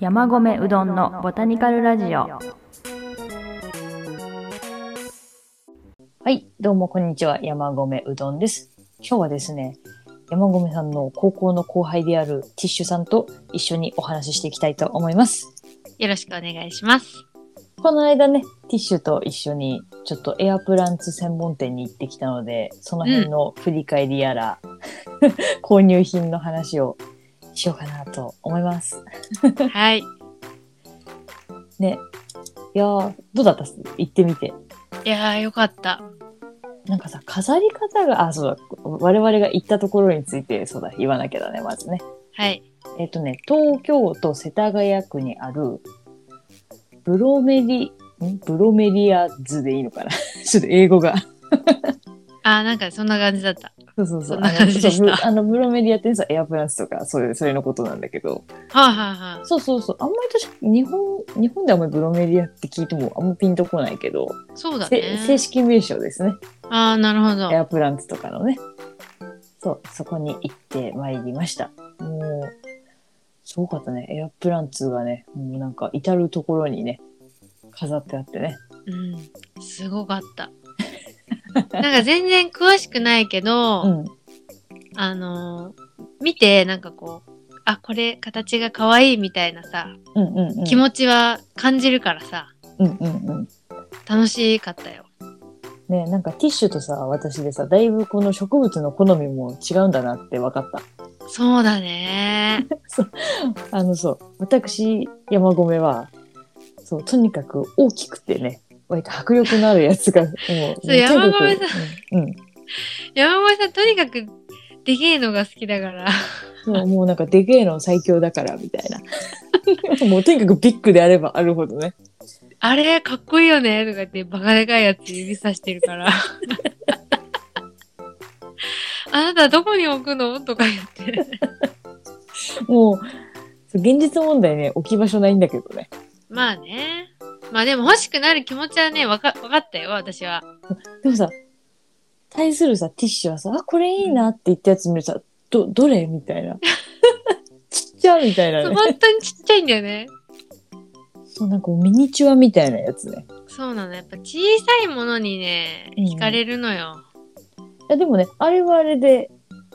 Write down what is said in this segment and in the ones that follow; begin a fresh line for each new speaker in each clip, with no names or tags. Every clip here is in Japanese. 山米うどんのボタニカルラジオ。
はい、どうもこんにちは。山込うどんです。今日はですね、山込さんの高校の後輩であるティッシュさんと一緒にお話ししていきたいと思います。
よろしくお願いし ます。
この間ね、ティッシュと一緒にちょっとエアプランツ専門店に行ってきたので、その辺の振り返りやら、 購入品の話をしようかなと思います。
はい。
ね。いやー、どうだったっす行ってみて。
いやー、よかった。
なんかさ、飾り方が、あ、そうだ、我々が行ったところについて、そうだ、言わなきゃだね、まずね。
はい。
えっとね、東京都世田谷区にある、ブロメリ、んブロメリアズでいいのかな ちょっと英語が。
あー、なんかそんな感じだった。
そうそうそう。
そんな感じでした
あのそうブあの、ブロメリアってさ、エアプランスとか、そういう、それのことなんだけど。
はあ、はあはあ、
そうそうそう。あんまり確か、日本、日本であんまりブロメリアって聞いてもあんまピンとこないけど、
そうだ
せ
ね。
正式名称ですね。
あー、なるほど
エ。アプランツとかのね。そう、そこに行ってまいりました。もう、すごかったね。エアプランツがね、もうなんか至るところにね、飾ってあってね。
うん。すごかった。なんか全然詳しくないけど、
うん。
あのー見て、なんかこう、あ、これ形が可愛いみたいなさ、
うんうんうん。
気持ちは感じるからさ、
うんうんうん。
楽しかったよ。
ねなんかティッシュとさ、私でさ、だいぶこの植物の好みも違うんだなって分かった。
そう だね。
あのそう、私、山米は、そう、とにかく大きくてね、割と迫力のあるやつが、もう、
そう山米さ
ん。うん。
山本さん、とにかく、でけえのが好きだから。
そう、もうなんかでけえの最強だからみたいな。 もうとにかくビッグであればあるほどね。
あれ、かっこいいよねとか言って、バカでかいやつ指さしてるから。 あなたどこに置くのとか言って。
もう、そう現実問題ね、置き場所ないんだけどね。
まあね。まあでも欲しくなる気持ちはね、わか、わかったよ、私は。
でもさ、対するさ、ティッシュはさ、あ、これいいなって言ったやつ見るとさ、ど、どれみたいな。 ちっちゃみたいな
そう
ね。
本当にちっちゃいんだよね。
そう、なんかミニチュアみたいなやつね。
そうなの。やっぱ小さいものにね、
うん
惹かれるのよ。
いやでもね、あれはあれで、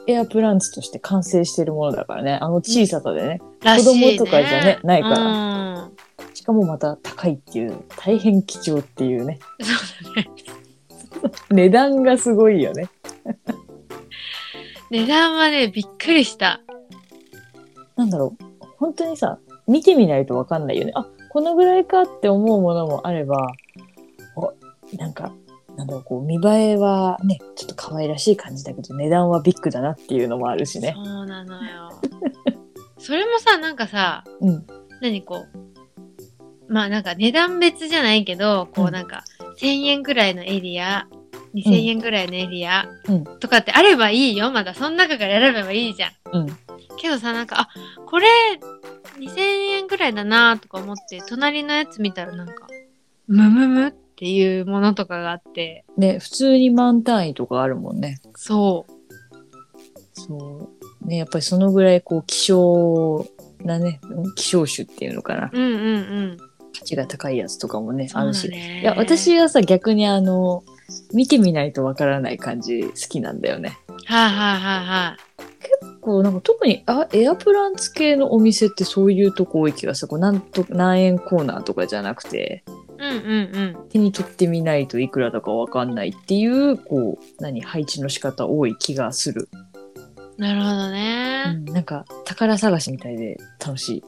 エアプランツとして完成してるものだからね、あの小ささでね。
らしい、ね。
子供とかじゃねないから
うん。
しかもまた高いっていう、大変貴重っていうね。
そうだね。
値段がすごいよね。
値段はね、びっくりした。
なんだろう、本当にさ、見てみないとわかんないよね。あ、このぐらいかって思うものもあれば、お、なんか、なんだろう、こう、見栄えはね、ちょっと可愛らしい感じだけど、値段はビッグだなっていうのもあるしね。
そうなのよ。それもさ、なんかさ、
うん。
何こう、まあなんか値段別じゃないけど、こ
う
うんなんか、1000円ぐらいのエリア、2000円ぐらいのエリア
うん
とかってあればいいよ、まだ。その中から選べばいいじゃん。
うん。
けどさ、なんか、あ、これ、2000円ぐらいだなとか思って、隣のやつ見たらなんか、ムムムっていうものとかがあって、
ね、普通に満単位とかあるもんね。
そう。
そう。ね、やっぱりそのぐらい、こう、希少なね、ん希少種っていうのかな。
うんうんうん。
価値が高いやつとかもね、
そ
あ
う
る
だ
し。
ね。
いや、私はさ、逆にあの、見てみないとわからない感じ好きなんだよね。
はい、はいはいはい。
こうなんか特にあエアプランツ系のお店ってそういうとこ多い気がするこうなんと何円コーナーとかじゃなくて
うんうんうん。
手に取ってみないといくらだかわかんないっていうこう何配置の仕方多い気がする、
なるほど
う
ね。
ん、なんか宝探しみたいで楽しい、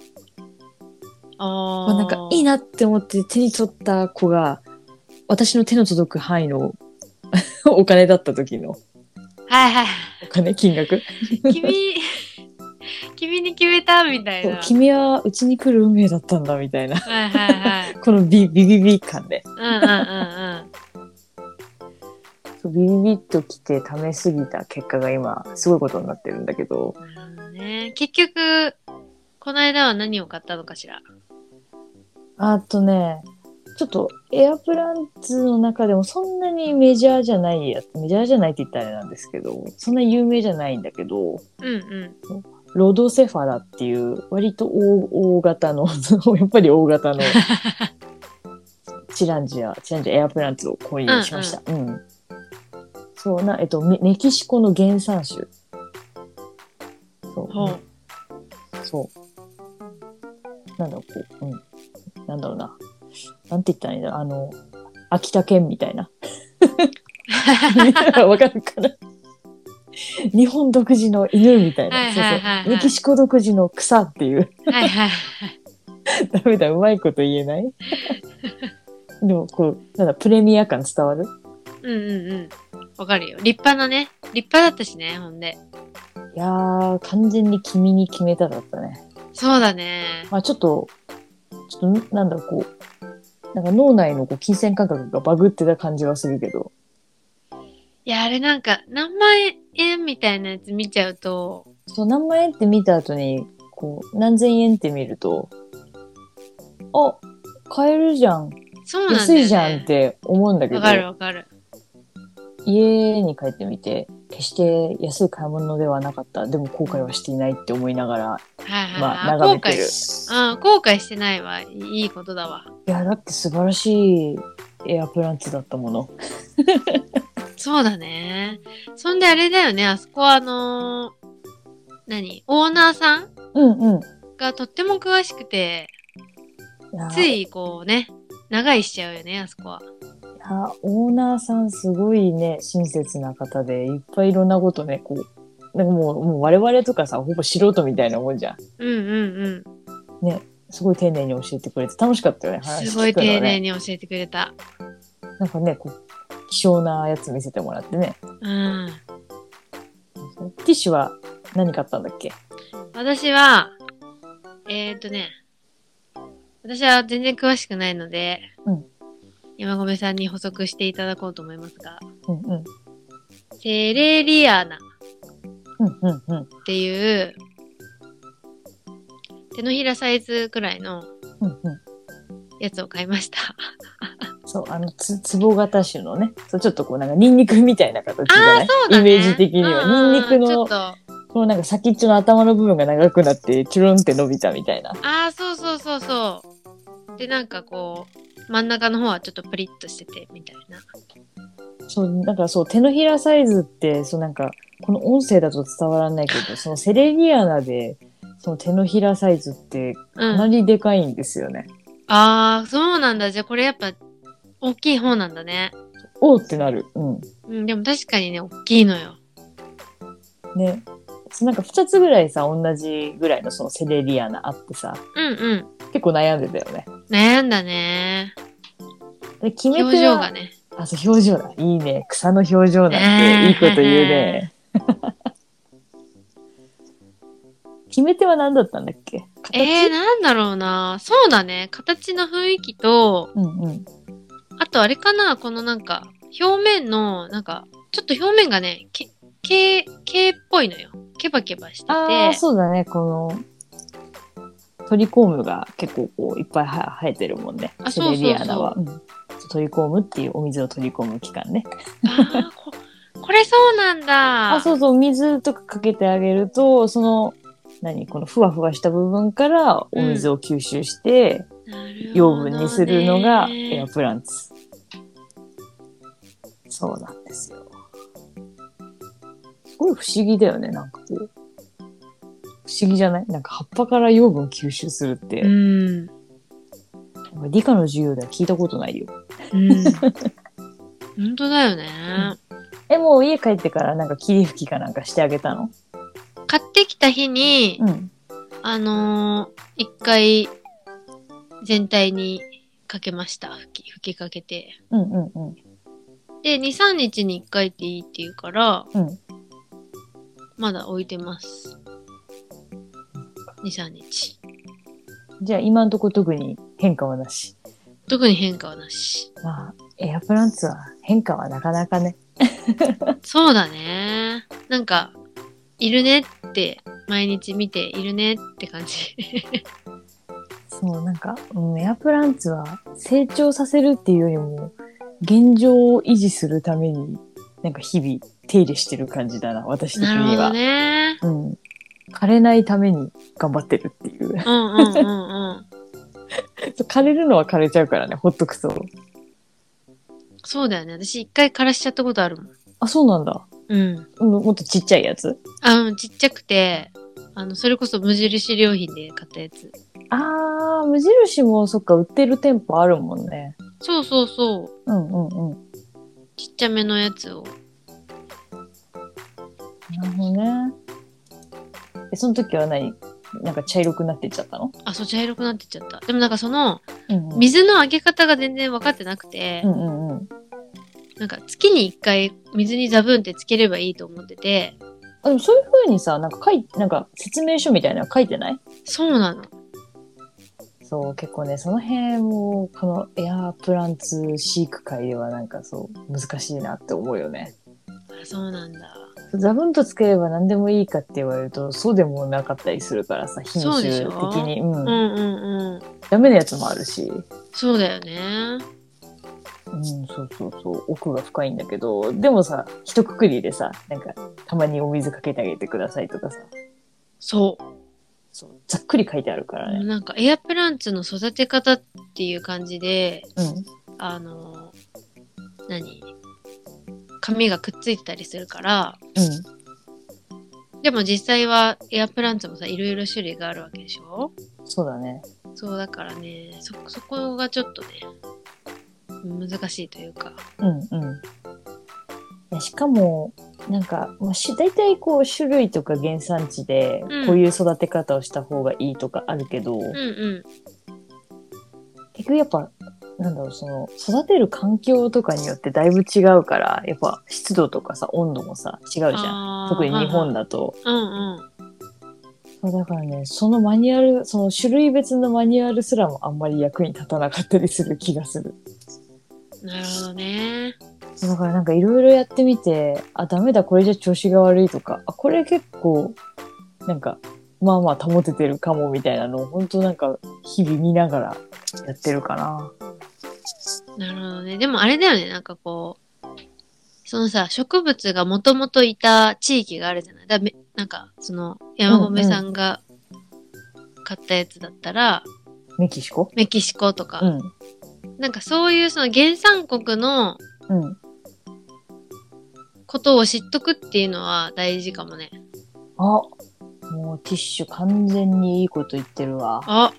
あ
まあ、
ー
なんかいいなって思って手に取った子が私の手の届く範囲の お金だった時の
はいはい。
お金金額
君、 君に決めたみたい
そう
な。
君はうちに来る運命だったんだみたいな
はいはいはい。
このビビビビ感で
うんうんうんうん。
そうビビビッと来て貯めすぎた結果が今すごいことになってるんだけど
なるほどね。結局、この間は何を買ったのかしら。
あとねちょっとエアプランツの中でもそんなにメジャーじゃないやつメジャーじゃないって言ったらあれなんですけどそんな有名じゃないんだけど
うんうん。
ロドセファラっていう割と大大型の やっぱり大型 のチランジアチランジアエアプランツを購入しました。うん、そうなえっとメメキシコの原産種。そう
ほう。
そう。なんだろう、こう、うん。なんだろうな。なんて言ったらいいんだろう、あの、秋田県みたい な。わかるかな日本独自の犬みたい
は
な。
い
そ
は
う
いはいはい
そう。メキシコ独自の草っていう。
はいはい。
ダメだ、うまいこと言えない でも、こう、なんだ、プレミア感伝わる
うんうんうん。わかるよ。立派なね。立派だったしね、ほんで。
いやー、完全に君に決めただったね。
そうだね。
まあちょっと、ちょっと、なんだろう、こう、なんか脳内のこう金銭感覚がバグってた感じはするけど、
いや、あれなんか、何万円みたいなやつ見ちゃうと、
そう、何万円って見た後に、こう、何千円って見ると、あ、買えるじゃん、
そうなんだよ、ね。
安いじゃんって思うんだけ
わ
ど、
かるわかる。
家に帰ってみて、決して安い買い物ではなかった、でも後悔はしていないって思いながら、
はいはい、はい
まあ、
あ
眺
後
めて
悔
る。
し、うん、後悔してないわ。いいいことだわ。
いや、だって素晴らしいエアプランツだったもの。
そうだね。そんであれだよね、あそこはあのー何オーナーさん
うんうん。
がとっても詳しくて、
やー
ついこうね、長居しちゃうよね、あそこは。
あオーナーさんすごいね親切な方でいっぱいいろんなことねこうなんかもうもう我々とかさほぼ素人みたいなもんじゃん
うんうん
すごい丁寧に教えてくれて楽しかったよね
うん。
話
すごい
聞くの
丁寧
ね
に教えてくれた。
なんかねこう希少なやつ見せてもらってね
うん。
ティッシュは何買ったんだっけ
私は、えー、っとね、私は全然詳しくないので、
うん
山込さんに補足していただこうと思いますが、
うんうん
セレリアーナ
うんうんうん
っていう、手のひらサイズくらいの
うんうん
やつを買いました。
そうあのつつぼ型種のねそうちょっとこうなんかニンニクみたいな形じ ゃないイメージ的には
うん
ニンニク
ちょっ
の
と、あ
このなんか先っちょの頭の部分が長くなってチュルンって伸びたみたいな
あ、そうそうそうそう。で、なんかこう、真ん中の方はちょっとプリッとしてて、みたいな。
そう、なんかそう、手のひらサイズって、そうなんか、この音声だと伝わらないけど、そのセレニアナで、その手のひらサイズってか
う。
なんりでかいんですよね。
ああ、そうなんだ。じゃあこれやっぱ、大きい方なんだね。
おーってなる。うん。
うん、でも確かにね、大きいのよ。
ね。そうなんか2つぐらいさ、同じぐらいのそのセレリアナあってさ、
うんうん。
結構悩んでたよね。
悩んだね。
で、決め手は
表情がね。
あ、そう、表情だ。いいね。草の表情なんて、いいこと言うね。 決め手は何だったんだっけ形
えー、なんだろうな。そうだね。形の雰囲気と、
うんうん。
あとあれかな、このなんか、表面の、なんか、ちょっと表面がね、け、け、けっぽいのよ。ケバケバして
ああ、
て。
そうだね、この、トリコームが結構こういっぱいは生えてるもんね。
あ
セ
そうそう
レリ
そう
アナは。うんトリコームっていうお水を取り込む期間ね。
ああ、こ、これそうなんだ。
あそうそう、水とかかけてあげると、その、何このふわふわした部分からお水を吸収して、
なるほどね
養分にするのがエアプランツ。そうなんですよ。すごい不思議だよね、なんかこう。不思議じゃないなんか葉っぱから養分吸収するって。
うん。
なんか理科の授業では聞いたことないよ。
うん。本当だよね。
え、もう家帰ってからなんか霧吹きかなんかしてあげたの
買ってきた日に、
うん。
あのー、一回、全体にかけました。吹き、吹きかけて。
うんうんうん。
で、2、3日に一回っていいって言うから、
うん
まだ置いてます。2、3日。
じゃあ今んとこ特に変化はなし。
特に変化はなし。
まあ、エアプランツは変化はなかなかね。
そうだね。なんか、いるねって、毎日見ているねって感じ。
そう、なんか、うん、エアプランツは成長させるっていうよりも、現状を維持するために、なんか日々手入れしてる感じだな、私的
なる
に
ほ
は。
どね。
うん。枯れないために頑張ってるっていう
うんうんうんうん。
枯れるのは枯れちゃうからねほっとくと
そうだよね。私一回枯らしちゃったことあるもん。
あそうなんだ
うん。
うんもっとちっちゃいやつ
あの、ちっちゃくて、あの、それこそ無印良品で買ったやつ。
あー無印もそっか売ってる店舗あるもんね
そうそうそう。
うんうんうん
ちっちゃめのやつを。
なるほどねえその時は何なんか茶色くなってっちゃったの、
あ、そう、茶色くなってっちゃった。でもなんかその、
うんうん、
水のあげ方が全然分かってなくて、
うんうんうん
なんか月に一回水にザブンってつければいいと思ってて、
あでもそういう風にさなんか書いなんか説明書みたいなの書いてない
そうなの。
そう結構ねその辺もこのエアープランツ飼育会ではなんかそう難しいなって思うよね。
あそうなんだ。
ザブンとつければ何でもいいかって言われるとそうでもなかったりするからさ品
そう
種
でしょ
的にう、
うん
ん、
うんうん。
ダメなやつもあるし、
そうだよね。
うん、そうそうそう奥が深いんだけどでもさ一括りでさなんかたまにお水かけてあげてくださいとかさ
そう。
そうざっくり書いてあるからね。
なんかエアプランツの育て方っていう感じで
うん
あの何紙がくっついてたりするから
うん
でも実際はエアプランツもさいろいろ種類があるわけでしょ
そうだね。
そうだからねそそこがちょっとね難しいというか
うんうんいや。しかも、なんか、まあ、し大体こう、種類とか原産地で
うん、
こういう育て方をした方がいいとかあるけど、
うんうん
結局やっぱ、なんだろう、その、育てる環境とかによってだいぶ違うから、やっぱ湿度とかさ、温度もさ、違うじゃん。
あー
特に日本だと。
うんうん
そうだからね、そのマニュアル、その種類別のマニュアルすらもあんまり役に立たなかったりする気がする。
なるほどね
だからなんかいろいろやってみて、あ、ダメだ、これじゃ調子が悪いとか、あ、これ結構、なんか、まあまあ保ててるかもみたいなのを、本当なんか、日々見ながらやってるかな。
なるほどねでもあれだよねなんかこうそのさ植物がもともといた地域があるじゃないだめなんかその山
うんう
込
ん
さんが買ったやつだったら、
メキシコ
メキシコとか、
うん。
なんかそういうその原産国の
うん。
ことを知っとくっていうのは大事かもね
あ、もうティッシュ完全にいいこと言ってるわ。
あ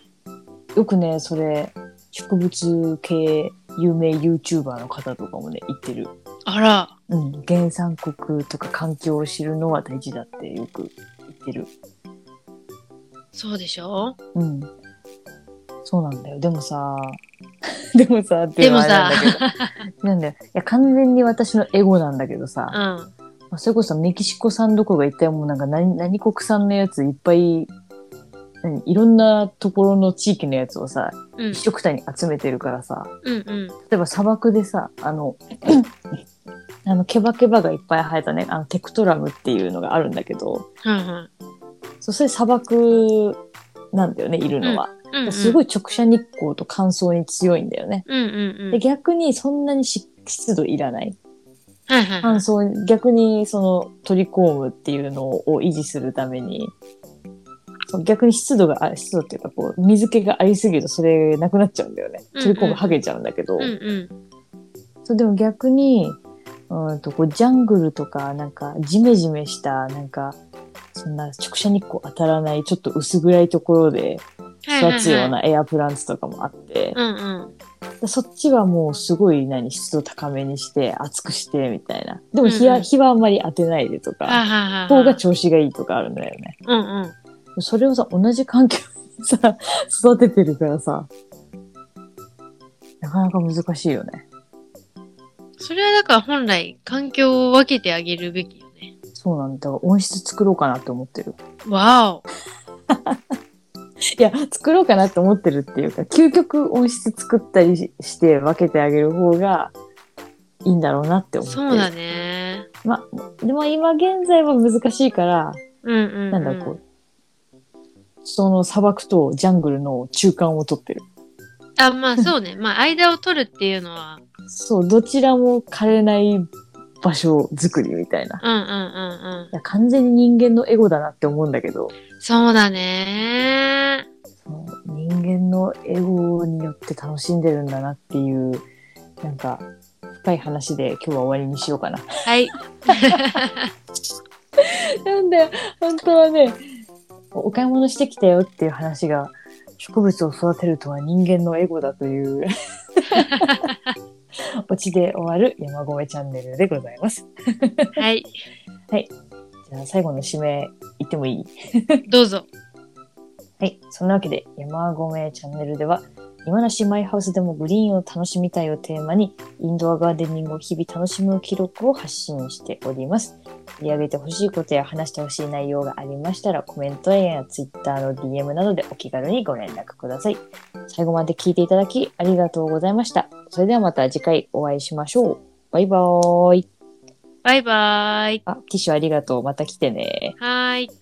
よくね、それ、植物系有名 YouTuber の方とかもね、言ってる。
あら
うん。原産国とか環境を知るのは大事だってよく言ってる。
そうでしょ
うん。そうなんだよ。でもさ、 でもさ、ってい
で
うの
も
はあ
さ
れなんだけど、なんだよ。いや、完全に私のエゴなんだけどさ、
う
ま
ん
あそれこそメキシコ産どころが一体もうなんか何何国産のやついっぱい、何いろんなところの地域のやつをさ、
うん
一色たに集めてるからさ、
うんうん
例えば砂漠でさ、あの、 あの、ケバケバがいっぱい生えたね、あの、テクトラムっていうのがあるんだけど、
はいはい
そう、それ砂漠なんだよね、いるのは。
うんうん
すごい直射日光と乾燥に強いんだよね。
うんうんう
で
ん
逆にそんなに湿湿度いらない。
はいはい
乾
はい
燥、逆にその取り込むっていうのを維持するために、そう逆に湿度が、あ湿度っていうかこう、水気がありすぎるとそれなくなっちゃうんだよね。
うんう
取
ん
り込む、剥げちゃうんだけど。
うんうん
そうでも逆に、うんとこうジャングルとか、なんかジメジメした、なんか、そんな直射日光当たらない、ちょっと薄暗いところで
はいはいはい
育つようなエアプランツとかもあって、
うんうん
でそっちはもうすごい何湿度高めにして暑くしてみたいなでも日は,、
うんうん
日はあんまり当てないでと
はい
か
はいはい
方が調子がいいとかあるんだよね
うんうん
それをさ同じ環境にさ 育ててるからさなかなか難しいよね
それはだから本来環境を分けてあげるべきよね。
そうなんだだから温室作ろうかなって思ってる
わお。
いや作ろうかなって思ってるっていうか究極温室作ったりしして分けてあげる方がいいんだろうなって思ってる
そうだね。
まあでも今現在は難しいから
うんうん、うん。
なんだこう、その砂漠とジャングルの中間を取ってる。
あ、まあそうね。まあ間を取るっていうのは、
そう、どちらも枯れない場所作りみたいな。
うんうんうんうん
いや、完全に人間のエゴだなって思うんだけど、
そうだね
その人間のエゴによって楽しんでるんだなっていう、なんか、深い話で今日は終わりにしようかな。
はい。
なんで、本当はね、お買い物してきたよっていう話が、植物を育てるとは人間のエゴだという、オチで終わる山越えチャンネルでございます。
はい。
じゃあ最後の締め言ってもいい
どうぞ。
はい。そんなわけで、山込チャンネルでは、今梨マイハウスでもグリーンを楽しみたいをテーマに、インドアガーデニングを日々楽しむ記録を発信しております。取り上げてほしいことや話してほしい内容がありましたら、コメント欄や Twitter の DM などでお気軽にご連絡ください。最後まで聞いていただきありがとうございました。それではまた次回お会いしましょう。バイバーイ。
バイバーイ。
あ、ティッシュありがとう。また来てね。
はーい。